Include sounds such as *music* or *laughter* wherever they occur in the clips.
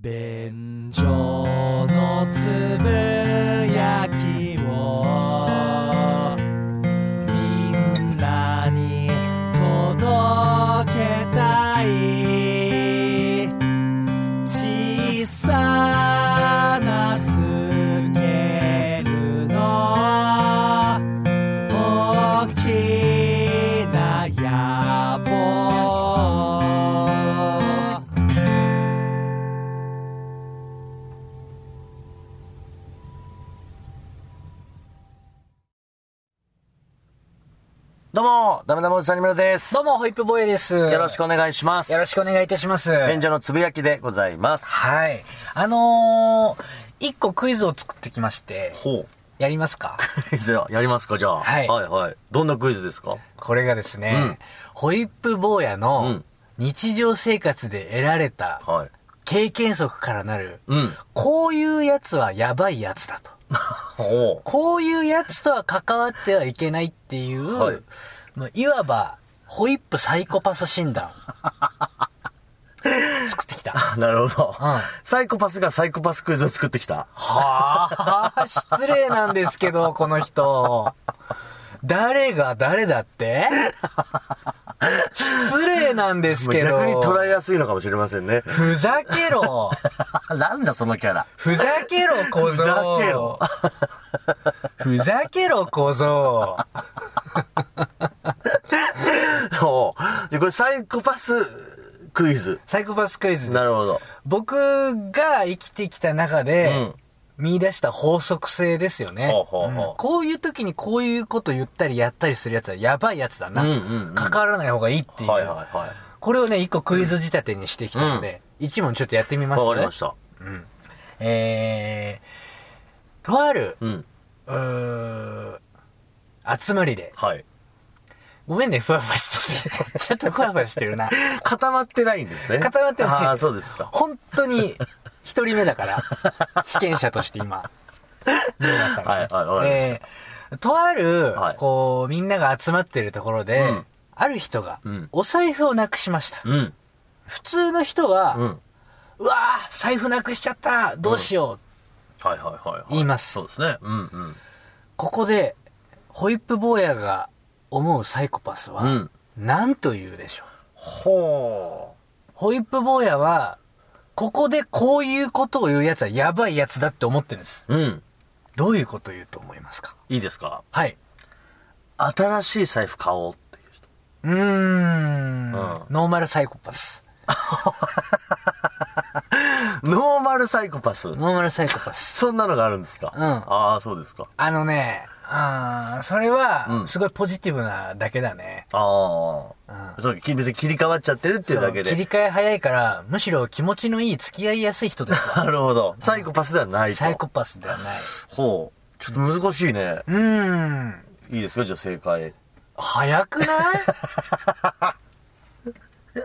便所のつぶやきをみんなに届けたい小さなスケールの大きな野望どうも、ダメダメおじさんにむらです。どうも、ホイップボーイです。よろしくお願いします。よろしくお願いいたします。便所のつぶやきでございます。はい。あのー、一個クイズを作ってきまして、ほう。やります *laughs* かクイズやりますか、じゃあ。はいはいはい。どんなクイズですかこれがですね、うんホイップ坊やうのん日常生活で得られたはい。経験則からなる、うん。こういうやつはやばいやつだと。ほこういうやつとは関わってはいけないっていう、はいまあいわば、ホイップサイコパス診 *laughs* 断。作ってきた。う。なるほど、うんサイコパスがサイコパスクイズを作ってきた。はあ、失礼なんですけど、この人。誰が誰だって失礼なんですまあけど。。逆に捉えやすいのかもしれませんね *laughs* ふざけろ。なんだそのキャラ。ふざけろ、小僧。ふざけろ。ふざけろ、小僧。そう。で、これサイコパスクイズ。サイコパスクイズですなるほど。僕が生きてきた中で、見出した法則性ですよね。ほうほうほううんこういう時にこういうこと言ったりやったりするやつはやばいやつだな。うんうんうん関わらない方がいいっていう。はいはいはい。これをね、一個クイズ仕立てにしてきたので、一問ちょっとやってみますわかりました。えー、とある、うん。うー集まりで、はい。ごめんね、ふわふわして *laughs* て。ちょっとふわふわしてるな。固まってないんですね。固まってないああ、そうですか。本当に、一人目だから、被験者として今、皆さんがね。はいはいわかりましたえーとある、はいこう、みんなが集まってるところで、うんある人がうん、お財布をなくしました。うん。普通の人は、うん。うわー財布なくしちゃったどうしよう、はいはいはい、はい。言いますそうですね。うんうん。ここで、ホイップ坊やが思うサイコパスは、うんなんと言うでしょう。ほホイップ坊やは、ここでこういうことを言うやつはやばいやつだって思ってるんです。う。うん。どういうことを言うと思いますかいいですかはい。新しい財布買おうっていう人。うーん,、ん。んノーマルサイコパス。ノーマルサイコパス。ノーマルサイコパス。そんなのがあるんですかうんああ、そうですか。あのね、あーそれうは、んすごいポジティブなだけだね。ああ。うそうか、別に切り替わっちゃってるっていうだけそう切で。り替え早いから、むしろ気持ちのいい付き合いやすい人ですよ。なるほど。サイコパスではないと。サイコパスではない。ほう。ちょっと難しいね。うーん。いいですかじゃあ正解。早 *laughs* くない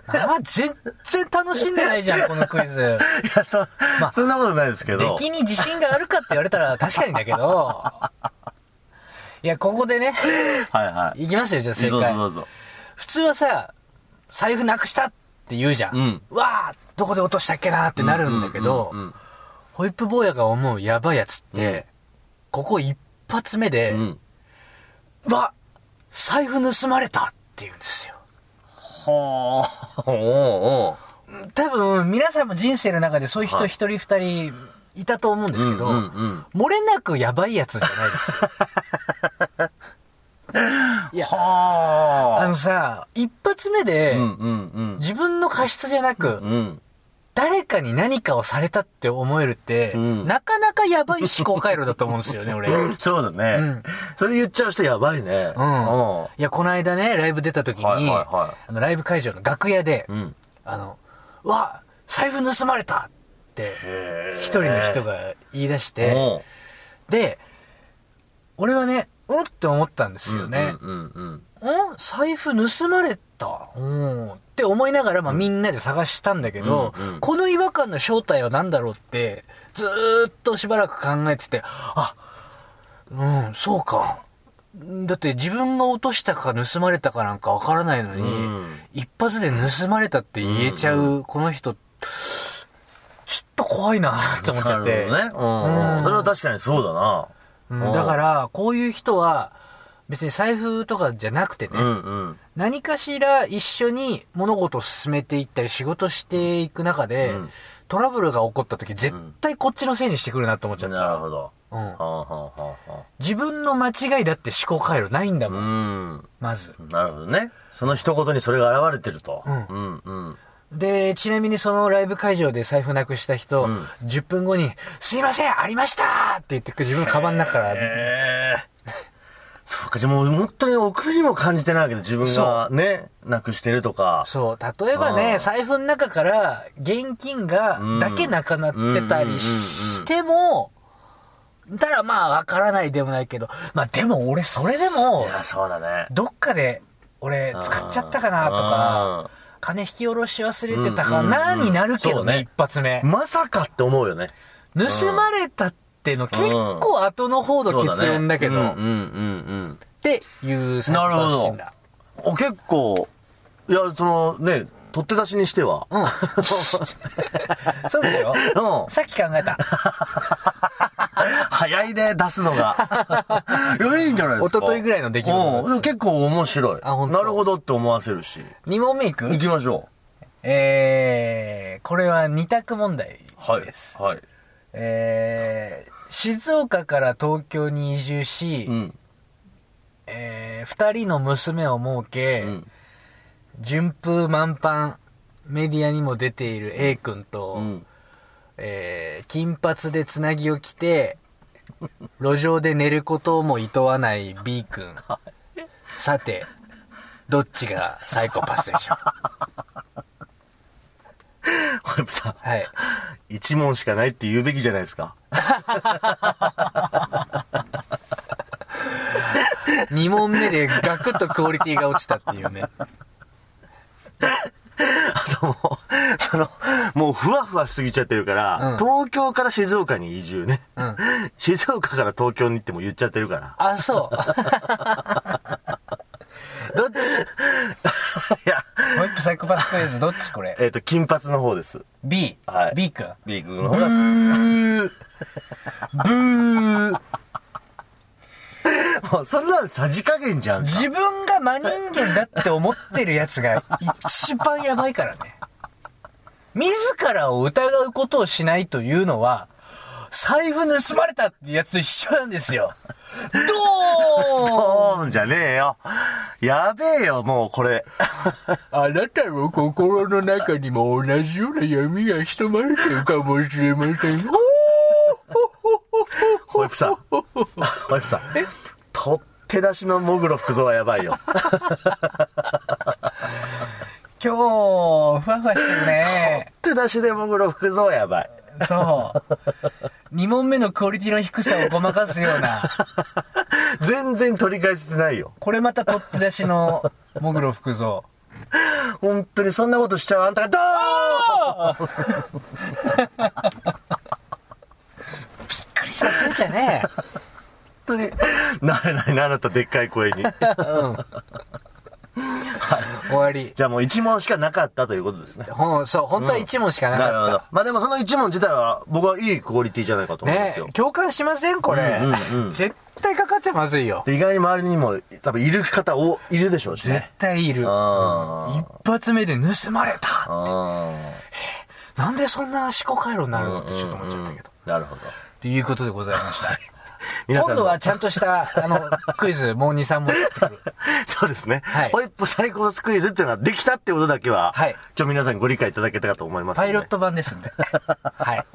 あ全然楽しんでないじゃん、このクイズ。いや、そ、まあそんなことないですけ出ど。来に自信があるかって言われたら確かにだけど。いや、ここでね、はいはい。いきますよ、じゃあ正どうぞど解。うぞ。普通はさ、財布なくしたって言うじゃん。うんわあ、どこで落としたっけなってなるんだけどうんうんうん、ホイップ坊やが思うやばいやつって、うんここ一発目で、うん。わ財布盗まれたって言うんですよ。ほう。おうおう多分皆さんも人生の中でそういう人はい一人二人いたと思うんですけど、うんうんうん漏れなくやばいやつじゃないですよ。 *laughs* いや、はあのさ、一発目で、うんうん自分の過失じゃなく、うん。うん。誰かに何かをされたって思えるって、うんなかなかやばい思考回路だと思うんです *laughs* よね、俺。うん。そうだね、うんそれ言っちゃう人やばいね。うはいや、この間ね、ライブ出た時に、はいはあのライブ会場の楽屋で、い。うん。あの、うわ、財布盗まれたって、へー一人の人が言い出して、うんで、俺はね、うんって思ったんですよね。うんうんうんん財布盗まれたうん。って思いながら、まあ、みんなで探したんだけど、うんうんこの違和感の正体は何だろうって、ずーっとしばらく考えてて、あ、うん、そうか。だって自分が落としたか盗まれたかなんかわからないのに、うん一発で盗まれたって言えちゃう、この人、ちょっと怖いなって思っちゃって。なるほどね。うん。それは確かにそうだな。うんだから、こういう人は、別に財布とかじゃなくてね、うんうん。何かしら一緒に物事を進めていったり仕事していく中で、うんトラブルが起こった時絶対こっちのせいにしてくるなと思っちゃった、なるほど。うんはあはあはあは自分の間違いだって思考回路ないんだあ。もん、うん。まずなるほどね。その一言にそれが現れてると。うんうんうん。でちなみにそのライブ会場で財布なくした人、ん10分後に「すいませんありました!」って言って自分のカバンの中からええ。そうか、じゃあもう本当に臆病にも感じてないわけど、自分がね、なくしてるとか。そう例えばねうん財布の中から現金がうんだけなくなってたうんうんうんうんりしてもたらまあわからないでもないけどまあでも俺それでいもや、そうだね。どっかで俺使っちゃったかなとかうん金引き下ろし忘れてたかなになるけうどんうんうんそうねね一発目まさかって思うよね。盗まれたっていうの結構後の方のそうね結論だけうんうんどうんうん。っていうサイコパス診断お結構、いや、そのね、取って出しにしては。うんそうだようんさっき考え *laughs* た早いね、出す *laughs* のが。いやいいんじゃないですか。一昨日ぐらいの出来事うん。でも結構面白い。あ本当なるほどって思わせるし。 2問目いく行きましょえー、これは二択問題です。う。はい。はい。えー、静岡から東京に移住し、うん。えー、二人の娘を設け、うん順風満帆、メディアにも出ている A 君と、うん。えー、金髪でつなぎを着 *laughs* て、路上で寝ることも厭わない B 君。さて、どっちがサイコパスでしょうホイップさん、はい。一問しかないって言うべきじゃないですか。 *laughs* 2問目でガクッとクオリティが落ちたっていうね。あともう、その、もうふわふわしすぎちゃってるから、うん東京から静岡に移住ね。うん *laughs* 静岡から東京に行っても言っちゃってる *laughs* から。あ、そう。どっちいや、ホイップサイコパスクイズ、どっちこれえっ、と、金髪の方です。 ?B。はい B 君。 B 君の方が。ブブー *laughs* ー。もうそんなのさじ加減じゃんか。自分が真人間だって思ってるやつが一番やばいからね。自らを疑うことをしないというのは、財布盗まれたってやつと一緒なんですよ。どーンポーンじゃねえよ。やべえよ、もう *laughs* これ。あなたの心の中にも同じような闇が潜まれてるかもしれません。ホイッ *laughs* プさん。ホイップさん。取って出しのモグロ福蔵はやばいよ。今日、ふわふわしてるね。取って出しでモグロ福蔵はやばい。そう。2問目のクオリティの低さをごまかすような、全然取り返せてないよ。これまた取って出しの、もぐろ福蔵。本当にそんなことしちゃうあんたが、どびっくりさせんじゃねーん本当に。慣れないな、あなたでっかい声に。え。うん。終わり。じゃあもう一問しかなかったということですね。ほん、そう、本当は1問しかななるほかどっ。まあでもその一問自体は僕はいいクオリティじゃないかとた。思うんでねすよ。共感しませんこれうんうんう。ん絶対かかっちゃまずいよ。で意外に周りにも多分いる方をいるでしょうし絶ね。対いる。うん一発目で盗まれたあなんでそんな思考回路になるのってちょっと思っちゃったけど。あ。なるほど。ということでございました。皆さ今んの度はちゃんとした、あの、クイズ、もう2、3問作ってくる。そうですね。はいホイップ最高スクイズっていうのができたってことだけは、はい今日皆さんご理解いただけたかと思いますのパで。イロット版ですん *laughs* で。はい。はい。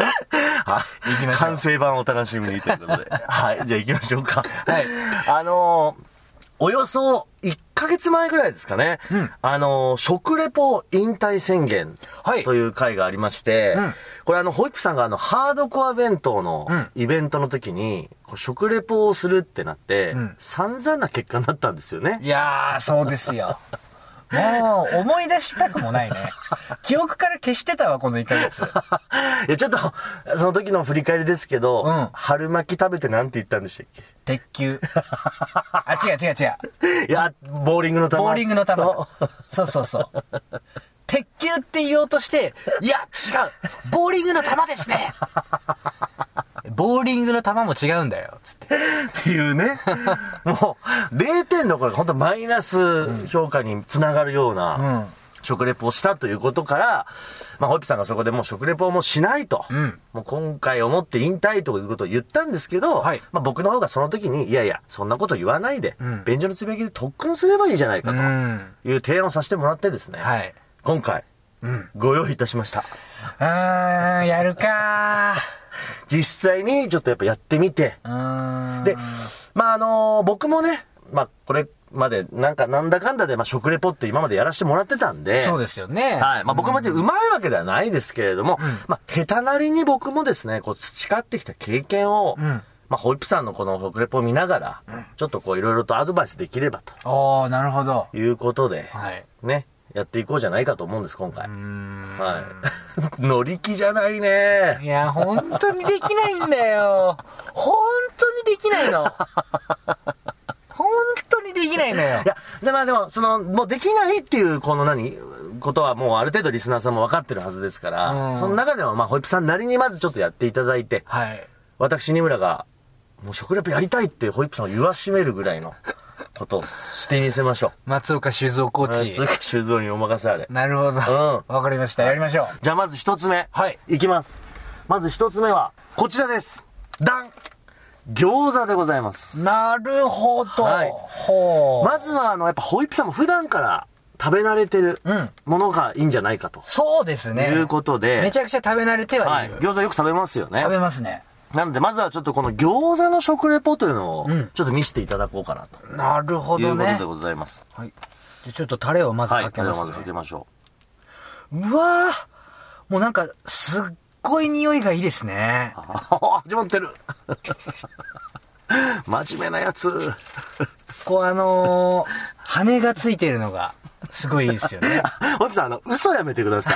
行きましょう完成版をお楽しみにということで。はい。じゃあ行きましょうか。はいあのーおよそ1ヶ月前ぐらいですかね。うんあのー食レポ引退宣言。はいという回がありまして、うんこれあの、ホイップさんがあの、ハードコア弁当のうんイベントの時に、こう食レポをするってなって、うん散々な結果になったんですよね。いやー、そうですよ。もう、思い出したくもないね。記憶から消してたわ、この1ヶ月。 *laughs* いや、ちょっと、その時の振り返りですけど、うん春巻き食べてなんて言ったんで *laughs* したっ鉄球。あ、違う違う違う。けいや、ボーリングの球。ボーリングの球と。そうそうそう。鉄球って言おうとして、いや、違うボーリングの球ですねボーリングの球も違うんだよ、つって。っていうね。もう、0点のこれ、本当マイナス評価につながるような、食レポをしたということから、まあ、ホイップさんがそこでもう食レポをもうしないと、んもう今回をもって引退ということを言ったんですけど、はいまあ、僕の方がその時に、いやいや、そんなこと言わないで、ん便所のつぶやきで特訓すればいいじゃないかうとん。いう提案をさせてもらってですね、はい。今回、うん。ご用意いたしました。うーん、やるか実際にちょっとやっぱやってみて、ー。うーん。で、まああの僕もね、まあこれまでなんかなんだかんだで、まあ食レポって今までやらせてもらってたんで、そうですよね。はい。まあ僕も別にうまいわけではないですけれども、まあ下手なりに僕もですね、こう培ってきた経験を、うんまあホイップさんのこの食レポを見ながら、ちょっとこういろいろとアドバイスできればおー、なるほど。ということで、はい。ね、やっていこうじゃないかと思うんです、今回。うーん。はい。 *laughs* 乗り気じゃないねいや、本当にできないんだよ。本当にできないの。本当にできないのよい。や、でまあでも、その、もうできないっていう、この何、ことはもうある程度リスナーさんも分かってるはずですから、うんその中ではまあ、ホイップさんなりにまずちょっとやっていただいて、はい。私、二村が、もう食レポやりたいってホイップさんを言わしめるぐらいのことをしてみせましょ松岡修造コう。はいーそチれ。か修造にお任せあれ。なるほど。わ、かりました。やりましょう。じゃあまず一つ目。はい。いきます。まず一つ目は、こちらです。ダン餃子でございます。なるほど。はいほう、まずは、あの、やっぱホイップさんも普段から食べ慣れてるうんものがいいんじゃないかと。そうですね。いうことで、めちゃくちゃ食べ慣れてははいい、る。餃子よく食べますよね食。べますね。なので、まずはちょっとこの餃子の食レポというのをん、ちょっと見せていただこうかなと。なるほいうどことねで。ございます。はい。じゃあちょっとタレをまずはい。かけではますまずね。かけましょうわーもうなんか、すっごい匂いがいいですねう。。あ、 *laughs* 始まってる。 *laughs* 真面目なやつ。 *laughs* こうあのー、羽がついてるのが、すごいいいですよ *laughs* ね。ホイップさん、あの、嘘やめてくださ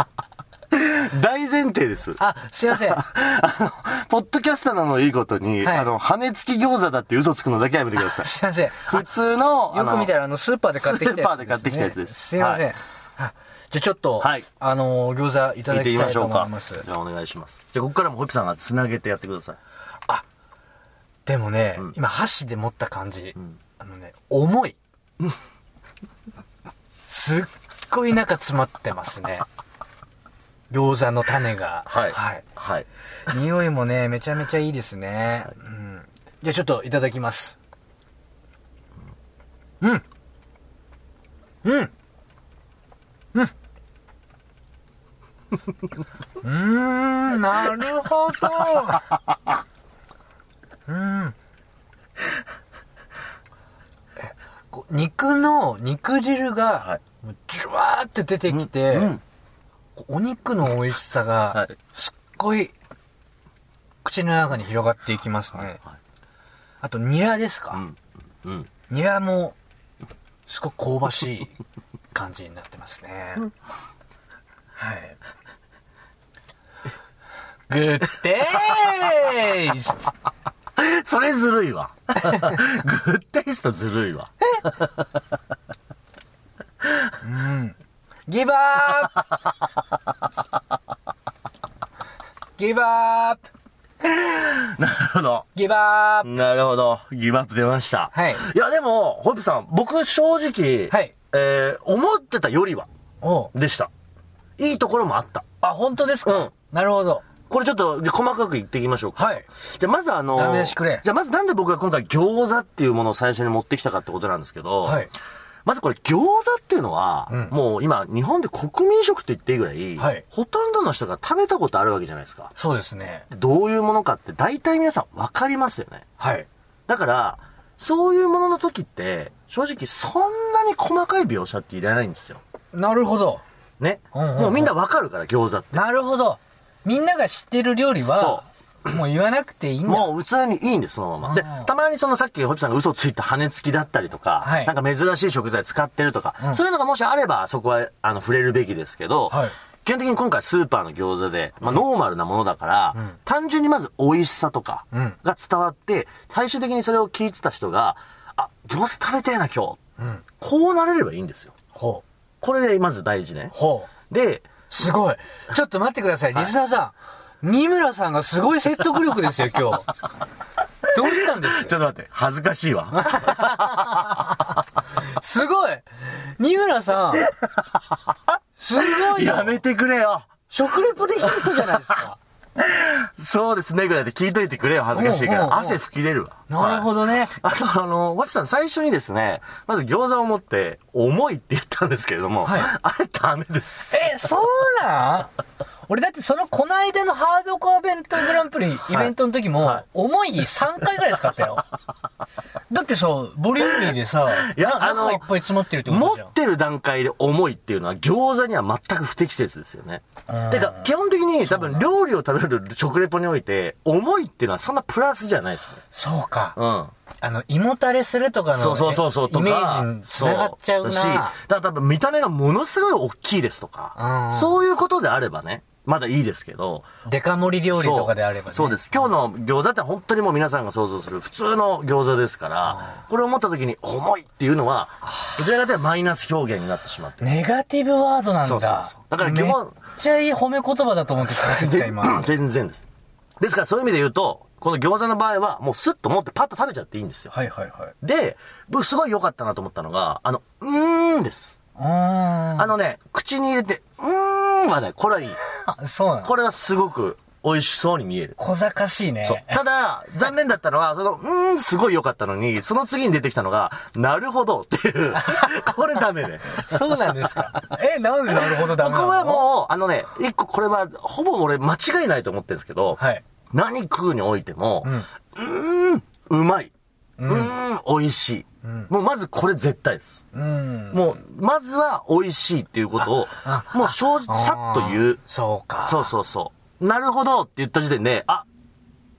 い。 *laughs* 大前提です。あ、すいません。あの、ポッドキャスターなのいいことに、はいあの、羽根付き餃子だって嘘つくのだけはやめてください。すいません。普通の、よく見たら。らあの、スーパーで買ってきたやつ、スーパーで買ってきたやつですすいません。はあじゃあちょっと、はいあのー、餃子いた聞いだてきみたまいしとょう思いかま。す。じゃあお願いします。じゃあここからもホイップさんが繋げてやってください。でもね、ん今箸で持った感じ、んあのね、重い。すっごい中詰まってます *laughs* ね。餃子の種が。はい。 *laughs* 匂いもね、めちゃめちゃいいですね。うん。じゃあちょっといただきます。うん。うん。 *laughs* うん。うーん、なるほど。 *laughs* うん。えこう肉の肉汁はがい、もうジュワーって出てきて、うん。お肉の美味しさはがい、すっごい、口の中に広がっていきますね。あと、ニラですか、うん。ニラも、すごく香ばしい感じになってますね。はい。グッデーイズそれずるい *laughs* わ。グッテイストずるい *laughs* わ。ギブアップギブアップなるほど。ギブアップなるほど。ギブアップ出ました。はいいや、でも、ホイップさん、僕正直、はいえー、思ってたよりは、おうでした。いいところもあった。あ、本当ですか、うんなるほど。これちょっと、じゃあ細かく言っていきましょうか。はい。じゃあまずあのーダメ出しくれじゃあまずなんで僕が今回餃子っていうものを最初に持ってきたかってことなんですけど、はいまずこれ餃子っていうのは、うんもう今日本で国民食と言っていいぐらい、はいほとんどの人が食べたことあるわけじゃないですか。そうですね。どういうものかって大体皆さんわかりますよね。はい。だから、そういうものの時って、正直そんなに細かい描写っていらないんですよ。なるほど。ね。うんうんうんもうみんなわかるから餃子って。なるほど。みんなが知ってる料理は、もう言わなくていいんだ。もう器にいいんです、そのまま。でうん、たまにそのさっき、ホイップさんが嘘ついた羽根付きだったりとか、はいなんか珍しい食材使ってるとか、うんそういうのがもしあれば、そこは、あの、触れるべきですけど、はい基本的に今回スーパーの餃子で、まあ、ノーマルなものだから、ん単純にまず美味しさとかうんが伝わって、最終的にそれを聞いてた人が、あ、餃子食べてえな、今日。こうなれればいいんですよ。ほこれでまず第一ねう。。ほう。で、すごい。ちょっと待ってください。リスナーさん。二村さんがすごい説得力ですよ、 *laughs* 今日。どうしたんですちょっと待って、恥ずかしい *laughs* わ。すごい二村さん。 *laughs* すごいよ。やめてくれよ。食レポできる人じゃないですか。そうですねぐらいで聞いといてくれよ、恥ずかしいかうんうんうら。ん汗吹き出るわ。なるほど。どね。あと、あの、ワッツさん最初にですね、まず餃子を持って、重いって言ったんですけれども、はいあれダメです。え、そうなん *laughs* 俺だってそのこの間のハードコア弁当グランプリイベントの時も、重い3回ぐらい使った *laughs* よ。だってさ、ボリューミーでさ、いやなあの中いっぱい詰まってるってこ持とじゃんっ。てる段階で重いっていうのは餃子には全く不適切ですよね。てか、基本的に多分料理を食べる食レポにおいて、重いっていうのはそんなプラスじゃないですね。そうか。うん。あの、胃もたれするとかの、そうそうそうそうとイか。メージに繋がっちゃうそだなし。だから多分見た目がものすごい大きいですとか、うんそういうことであればね、まだいいですけど。デカ盛り料理とかであればね。そうそうです。今日の餃子って本当にもう皆さんが想像する普通の餃子ですから、これを持った時に重いっていうのは、どちらかというとマイナス表現になってしまってる。ネガティブワードなんだ。そうそうそうだからめ基っ本。ちゃいい褒め言葉だと思って使ってきた、今 *laughs* *clears throat* 全然です。ですからそういう意味で言うと、この餃子の場合はもうスッと持ってパッと食べちゃっていいんですよ。はいはいはい。で、僕すごい良かったなと思ったのが、あの、うーんです。うーん。あのね、口に入れて、うーんはね、これはいい。あ、そうなのこれはすごく美味しそうに見える。小賢しいね。そう。ただ、残念だったのは、その、うーん、すごい良かったのに、その次に出てきたのが、なるほどって *laughs* いう。これダメね。そうなんですか。え、なんでなるほどダこメなのこはもう、あのね、一個これは、ほぼ俺間違いないと思ってるんですけど、はい。何食うにおいても、うん。うまい。うーん、美味しい。んもうまずこれ絶対です。うん。もう、まずは美味しいっていうことをあ、もう正直、さっと言う。そうか。そうそうそう。なるほどって言った時点で、あ、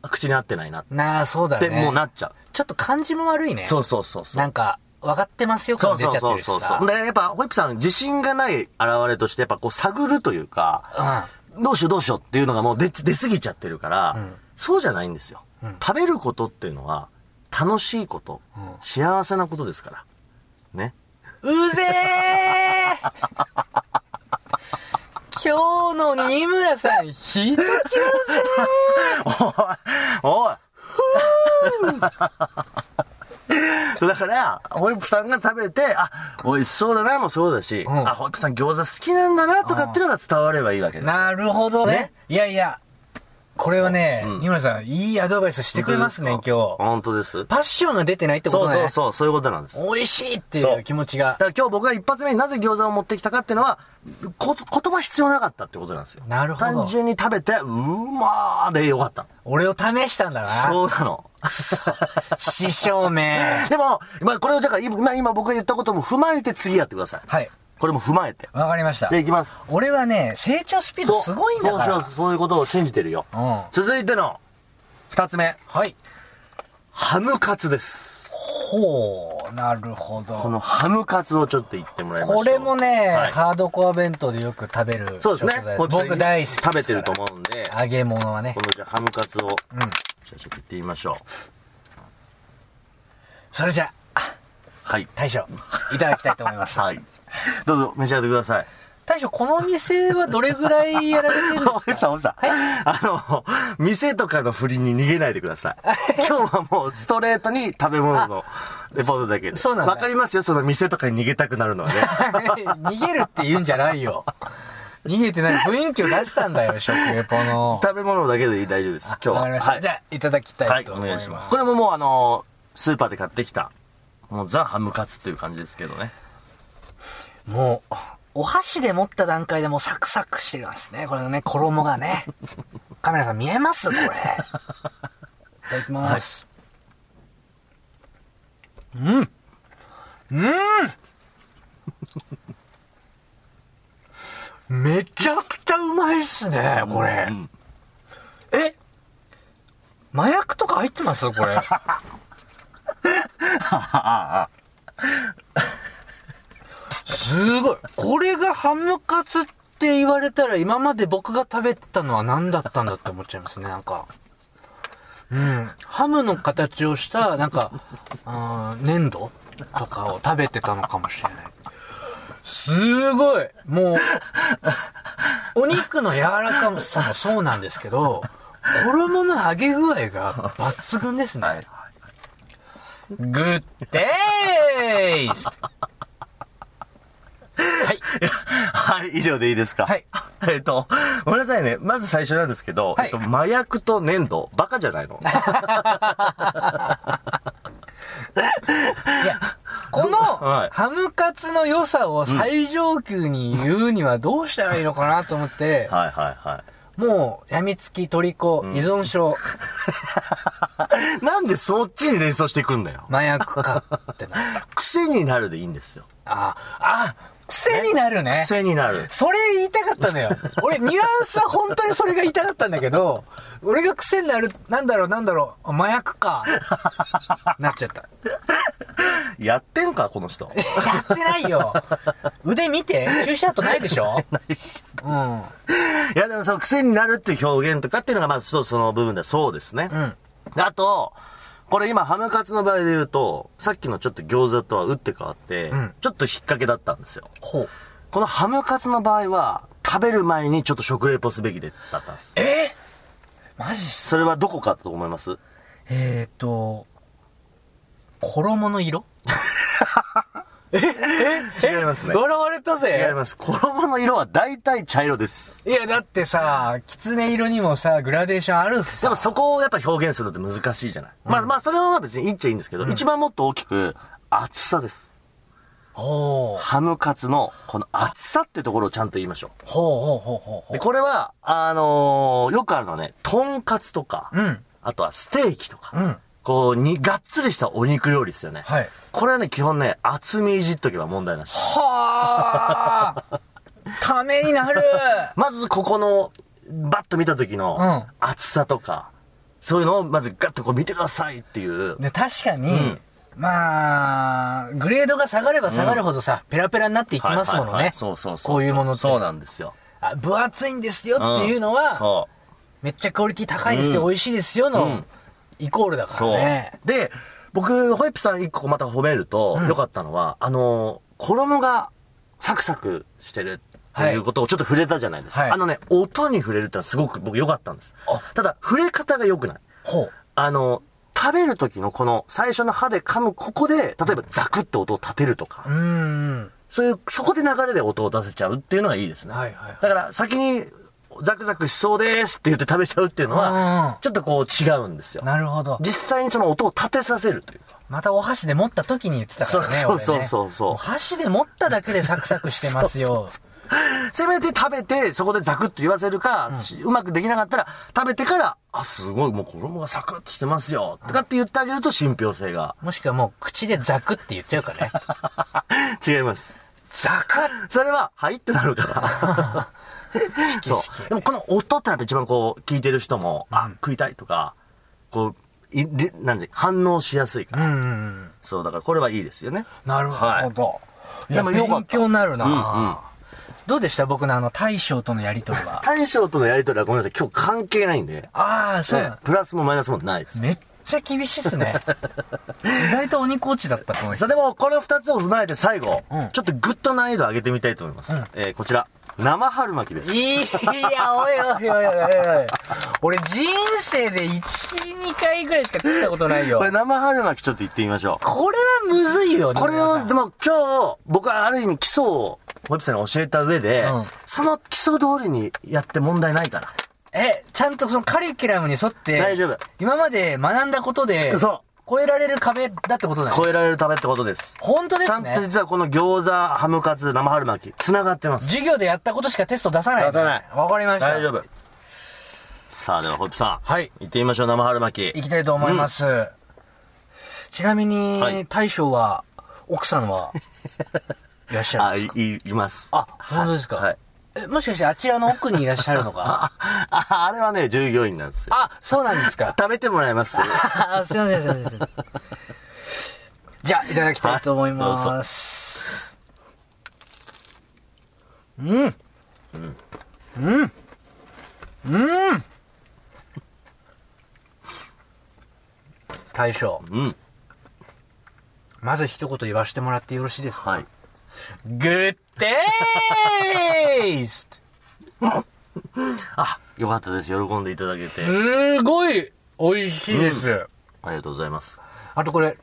口に合ってないなっなあ、そうだて、ね。もうなっちゃちょっと感じも悪いね。う。そうそうそうそう。なんか、分かってますよ、そ感う出ちゃそっうてそるしうそうさそう。。で、やっぱ、ホイップさん、自信がない現れとして、やっぱこう、探るというか、どうしようどうしようっていうのがもう出、出過ぎちゃってるから、んそうじゃないんですよ、食べることっていうのは、楽しいこと、ん幸せなことですから。ね。うん。うぜえ今日の二村さん、ひどきおいそうだから、ホイップさんが食べて、あ、美味しそうだなもそうだし、んあ、ホイップさん餃子好きなんだなとかっていうのが伝わればいいわけです。なるほどね。いやいや、これはね、うん二村さん、いいアドバイスしてくれますね、今日。本当ですパッションが出てないってことそうね。そうそう、そういうことなんです。だか美味しいっていそうう気持ちが。ら今日僕が一発目になぜ餃子を持ってきたかっていうのは、こ言葉必要なかったってことなんですよ。なるほど単純に食べて、うーまーでよかった。俺を試したんだな。そう *laughs* なの。師匠め。でも、まあこれをだから今、今僕が言ったことも踏まえて次やってください。はい。これも踏まえて。わかりましたじゃあ。行きます。俺はね、成長スピードすごいんだかそうら。そうしようそういうことを信じてるよ。うん続いての、二つ目。はい。ハムカツです。ほう、なるほこど。のハムカツをちょっと言ってもらいましょう。これもね、はいハードコア弁当でよく食べるそう食です材ね。こっち僕大好き。食べてると思うんで、揚げ物はねこ。のじゃあハムカツを、じゃあちょっと行ってみましょう。それじゃあ、はい。大将、いただきたいと思い *laughs* ます。はい。どうぞ、召し上がってください。大将、この店はどれぐらいやられてるんですおかじさん、おじさん。あの、店とかの振りに逃げないでください。今日はもうストレートに食べ物のレポートだけで。そうなんだわかりますよ、その店とかに逃げたくなるのは *laughs* ね。逃げるって言うんじゃないよ。逃げてない雰囲気を出したんだよ、食レポの。食べ物だけで大丈夫です、今日は。わかりました。はいじゃあ、いただきたはいい、とお思い願ます。いします。これももうあのースーパーで買ってきた、もうザ・ハムカツっていう感じですけどね。もう、お箸で持った段階でもうサクサクしてますね。これのね、衣が *laughs* ね。カメラさん見えますこれ。いただきます。うんうん *laughs* めちゃくちゃうまいっすね、これう。んえ麻薬とか入ってますこれ。すごい。これがハムカツって言われたら今まで僕が食べてたのは何だったんだって思っちゃいますね、なんか。うん。ハムの形をした、なんか、うん粘土とかを食べてたのかもしれない。すごいもう、お肉の柔らかさもそうなんですけ *laughs* ど、衣の揚げ具合が抜群ですね。はい。グッデーイっすはい。はい、以上でいいですか。はい。 *laughs* えっと、ごめんなさいね。まず最初なんですけど、はいえっと、麻薬と粘土、バカじゃないのいや、このはいハムカツの良さを最上級に言うにはどうしたらいいのかなと思って、はいはいはもう、やみつき、虜、依存症、い。なんでそっちに連想していくんだよ。麻薬かってな。癖になるでいいんですよ。あ、あ、癖になるね。癖になる。それ言いたかった *laughs* のよ。俺、ニュアンスは本当にそれが言いたかったんだけど、俺が癖になる、なんだろう、なんだろう、麻薬 *laughs* か。なっちゃった。やってんか、この人。やってないよ。腕見て、注射跡ないでし *laughs* ょうん。いや、でもその癖になるっていう表現とかっていうのが、まず一つその部分ではそうですね。うん。であと、これ今、ハムカツの場合で言うと、さっきのちょっと餃子とは打って変わって、んちょっと引っ掛けだったんですよ。ほう。このハムカツの場合は、食べる前にちょっと食レポすべきでだったんです。えマジっすそれはどこかと思いますえーと、衣の色ええ違いますねえ笑われたぜ違います。衣の色は大体茶色です。いや、だってさ、狐色にもさ、グラデーションあるっすでもそこをやっぱ表現するのって難しいじゃない。まあまあ、それは別にいいっちゃいいんですけど、一番もっと大きく、厚さです。ほう。ハムカツのこの厚さってところをちゃんと言いましょう。ほうほうほうほうほで、これは、あのーよくあるのはね、とんかつとか、う。うん。あとはステーキとか、うんこう、に、がっつりしたお肉料理ですよね。はい。これはね、基本ね、厚みいじっとけば問題なし。はあためになるまず、ここの、バッと見た時のうん、厚厚さとか、そういうのをまずガッとこう見てくださいっていう。で、確かに、んまあ、グレードが下がれば下がるほどさ、ペラペラになっていきますものね。はいはいはいそうそうそう。こういうものって。そうなんですよ。あ分厚いんですよんっていうのは、そう。めっちゃクオリティ高いですよ、美味しいですよの、うんイコールだかそう。らね。で、僕、ホイップさん一個また褒めると、良かったのは、あの、衣がサクサクしてる。ってはいいうことをちょっと触れたじゃないですか。はいあのね、音に触れるってのはすごく僕良かったんですあ。ただ、触れ方が良くない。ほう。あの、食べる時のこの最初の歯で噛むここで、例えばザクって音を立てるとか、うーん。そういう、そこで流れで音を出せちゃうっていうのがいいですね。はいはいはいだから先にザクザクしそうですって言って食べちゃうっていうのうんは、ちょっとこう違うんですよ。なるほど。実際にその音を立てさせるというか。またお箸で持った時に言ってたからね。そうそう俺ねそうそうお箸で持っただけでサクサクしてますよ。せめて食べて、そこでザクッと言わせるか、うまくできなかったら、食べてから、あ、すごい、もう衣がサクッとしてますよ、とかって言ってあげると信憑性が。もしくはもう口でザクって言っちゃう *laughs* からね。違います。ザクッそれは、はいってなる *laughs* から。そう。でもこの音ってのはやっぱ一番こう、聞いてる人も、あ、食いたいとか、こう、いりなんで、反応しやすいかうら。んうんうん。そう、だからこれはいいですよね。なるほど。い、や、でもよかった勉強になるな、うんうんどうでした僕のあの大将とのやりとり *laughs* は。大将とのやりとりはごめんなさい、今日関係ないんで、ああ、そうなねの、プラスもマイナスもないです。めっちゃ厳しいっす *laughs* ね。意外と鬼コーチだったと思いますさあでも、この二つを踏まえて最後、うんちょっとぐっと難易度上げてみたいと思います。えー、こちら、生春巻きです。いや、おいおいおいおいおい。俺人生で1、2回ぐらいしか食ったことないよ。ここれれ生春巻きちょっと言ってみましょう。はむずいよ、これ皆さを、んでも今日、僕はある意味基礎を、ホイップさんに教えた上で、うんその基礎通りにやって問題ないから。え、ちゃんとそのカリキュラムに沿って、大丈夫今まで学んだことで、そ超えられる壁だってことだよ。超えられるためってことです。本当でちゃすんとね。実はこの餃子、ハムカツ、生春巻き、繋がってます。授業でやったことしかテスト出さない、出さないわかりました。大丈夫。さあ、では、ホイップさん。はい行ってみましょう、生春巻き。いきたいと思います。ちなみに、はい大将は、奥さん *laughs* は、いらっしゃあ、るんいですか、い、います。あ、本当ですか、はい。えもしかしてあちらの奥にいらっしゃるの *laughs* かあ、ああれはね、従業員なんですよ。あ、そうなんですか。食べてもらいます。あすいません、すいません、すいません。じゃあ、いただきたいと思います。うん。うん。うん。大将、うん。まず一言言わせてもらってよろしいですかはい。グッデーイスあ、よかったです。喜んでいただけて。あすごい美味しいです。りがとうございます。あとこれ、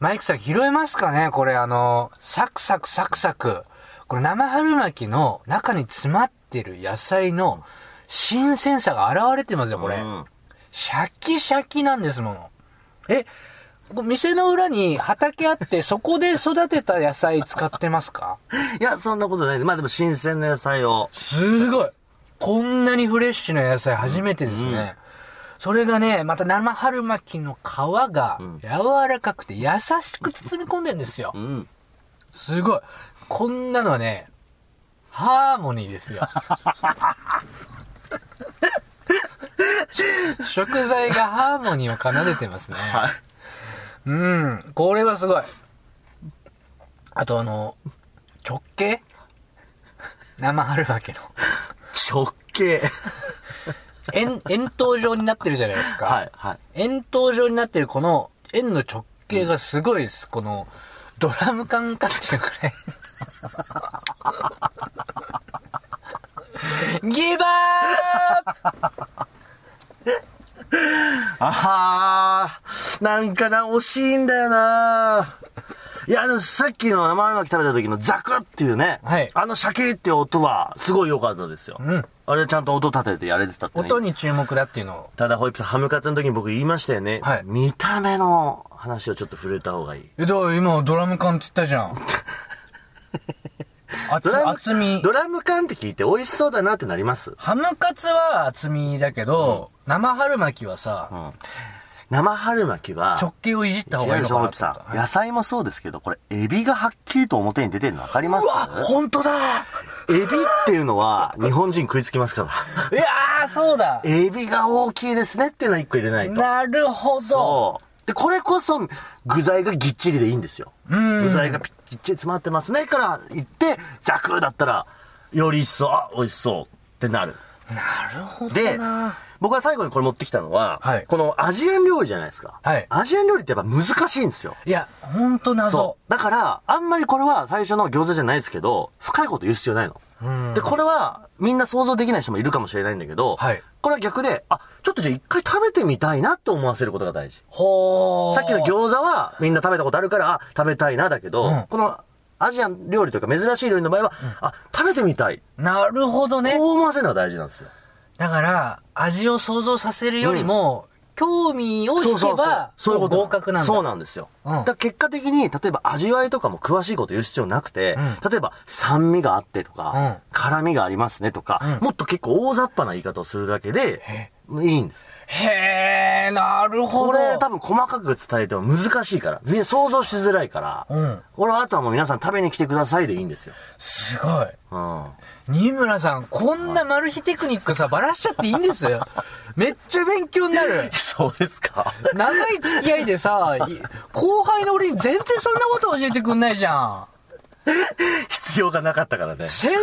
マイクさん拾えますかねこれあの、サクサクサクサク。これ生春巻きの中に詰まってる野菜の新鮮さが現れてますよ、これ。うんシャキシャキなんですもの。え、こ店の裏に畑あって、そこで育てた野菜使ってますかいや、そんなことない。まあでも新鮮な野菜を。すごい。こんなにフレッシュな野菜初めてですね。それがね、また生春巻きの皮が柔らかくて優しく包み込んでんですよう。ん。すごい。こんなのはね、ハーモニーですよ。 *laughs* し食材がハーモニーを奏でてますね。はい。うん、これはすごい。あとあの、直径生春巻きの。直径。円、円筒状になってるじゃないですか。はい、はい。円筒状になってるこの円の直径がすごいです。このドラム感かっていうく *laughs* らい。ギバーアッあー、なんかな、惜しいんだよな。いや、あの、さっきの生春巻き食べた時のザクっていうね、はいあのシャキっていう音は、すごい良かったですよ。んあれちゃんと音立ててやれてたって、プね。音に注目だっていうのを。ただ、ホイップさん、ハムカツの時に僕言いましたよね。はい見た目の話をちょっと触れた方がいい。え、だから今ドラム感って言ったじゃ *laughs* ん。厚厚みド。ラム缶って聞いて美味しそうだなってなります。ハムカツは厚みだけど、生春巻きはさ、うん。生春巻きは、直径をいじった方違がいいいまのすかホイなと思ップったさん。野菜もそうですけど、これ、エビがはっきりと表に出てるの分かりますうわ、本 *laughs* 当だエビっていうのは、日本人食いつきますから。いやー、そうだエビが大きいですねっていうのは一個入れないと。なるほど。う。で、これこそ、具材がぎっちりでいいんですよ。ん具材がぴぎっちり詰まってますねから言って、ザクーだったら、より一層、あ、美味しそうってなる。なるほどでな。、僕が最後にこれ持ってきたのは、はいこのアジアン料理じゃないですか。はいアジアン料理ってやっぱ難しいんですよ。いや、ほんと謎そ。う。だから、あんまりこれは最初の餃子じゃないですけど、深いこと言う必要ないの。で、これは、みんな想像できない人もいるかもしれないんだけど、はいこれは逆で、あ、ちょっとじゃあ一回食べてみたいなって思わせることが大事。ほー。さっきの餃子はみんな食べたことあるから、あ、食べたいなだけど、うんこのアジアン料理というか珍しい料理の場合は、あ、食べてみたい。なるほどね。こう思わせるのが大事なんですよ。だから、味を想像させるよりも、興味をそ引うそけうそうば、そういうこと合格なんだ。そうなんですよ。うんだから結果的に、例えば味わいとかも詳しいこと言う必要なくて、例えば酸味があってとか、辛味がありますねとか、もっと結構大雑把な言い方をするだけで、いいんです。へー、なるほど。これ多分細かく伝えても難しいから、ね、想像しづらいから、うんこれはあとはもう皆さん食べに来てくださいでいいんですよ。すごい。うん。。新村さん、こんなマル秘テクニックさ、ばらしちゃっていいんですよ。めっちゃ勉強になる *laughs* そうですか。長い付き合いでさ、い後輩の俺に全然そんなこと教えてくんないじゃん。 *laughs* 必要がなかったからね。先輩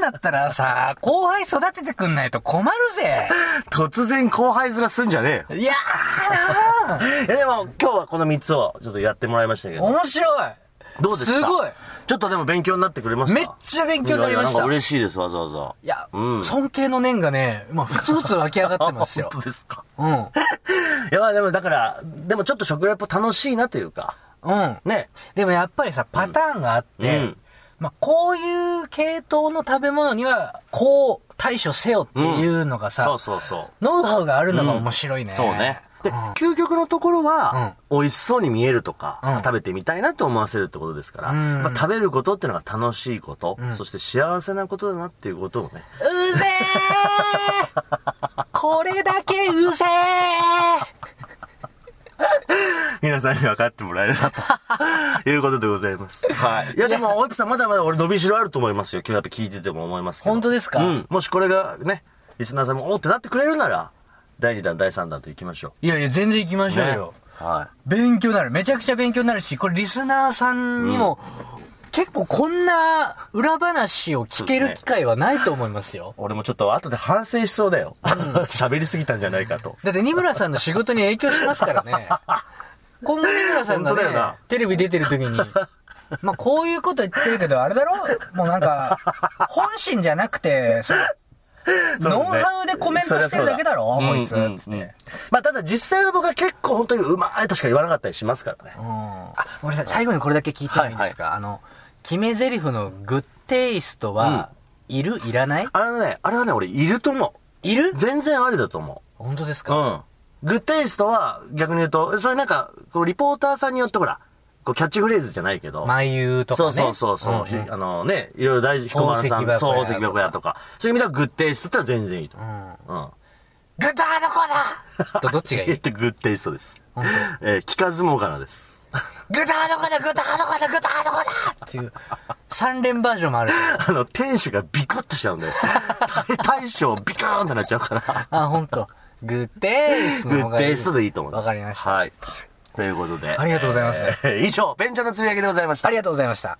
なんだったらさ、後輩育ててくんないと困るぜ。突然後輩面すんじゃねえよ。いやーなー *laughs* いやでも今日はこの3つをちょっとやってもらいましたけど。面白い。どうですかすごい。ちょっとでも勉強になってくれましためっちゃ勉強になりましたいやいやんか嬉しいです、わざわざ。いや、うん尊敬の念がね、まあ、ふつふつ湧き上がってます *laughs* よあ。本当ですか。うん。いや、まあでもだから、でもちょっと食レポ楽しいなというか、うん。ね。でもやっぱりさ、パターンがあって、うんまあ、こういう系統の食べ物には、こう対処せよっていうのがさ、そうそうそう。ノウハウがあるのが面白いね。そうね。で、究極のところは、美味しそうに見えるとか、うん食べてみたいなと思わせるってことですから、うんまあ、食べることっていうのが楽しいこと、そして幸せなことだなっていうことをね、うぜーこれだけうぜー皆さんに分かってもらえれば *laughs* ということでございます。はい。いや、でも、オイプさん、まだまだ俺伸びしろあると思いますよ。今日やっぱ聞いてても思いますけど。本当ですかうん。もしこれがね、リスナーさんも、おーってなってくれるなら、第2弾、第3弾と行きましょいやいや、全然行きまう。しょうよ。は勉強になる。めちゃくちゃ勉強になるし、これリスナーさんにも、結構こんな裏話を聞ける機会はないと思いますよい。。俺もちょっと後で反省しそうだよ。 *laughs* 喋、りすぎたんじゃないかと。だって、二村さんの仕事 *laughs* に影響しますからね。今後、二村さんが本当だよねな、テレビ出てる時に、まあ、こういうこと言ってるけど、あれだろもうなんか、本心じゃなくて、そうそうノウだねハウでコメントしてるだけだろ、そりこゃそういつ。うんうんうんまあ、ただ実際の僕は結構本当にうまいとしか言わなかったりしますからね。あ、ごめんなさい。最後にこれだけ聞いてもいいですか、あの、決め台詞のグッテイストは、いるいらないあれはね、あれはね、俺いると思いるう。全然ありだと思本当ですう。うか、ん。グッテイストは逆に言うと、それなんか、こうリポーターさんによってほら、こうキャッチフレーズじゃないけど。眉とかね。そうそうそうそう、んんあのね、いろいろ大事、彦摩呂宝石さ箱やん、そう、宝石箱屋とか。そういう意味ではグッテイストってのは全然いいと思うんう。うん。グッドアどこ *laughs* だとどっちがいい言ってグッテイストです。えー、聞かずもがなです。グッドアどこだグッドアどこだグッドアどこだっていう、三連バージョンもある。あの、店主がビクッとしちゃうんだよ。大大将ビカーンってなっちゃうから。あ、本当。グッデイストグの方ッがいいテイストでいいと思います。わかりました。はい。ということで。ありがとうございますえー以上、便所のつぶやきでございましたあり。がとうございました。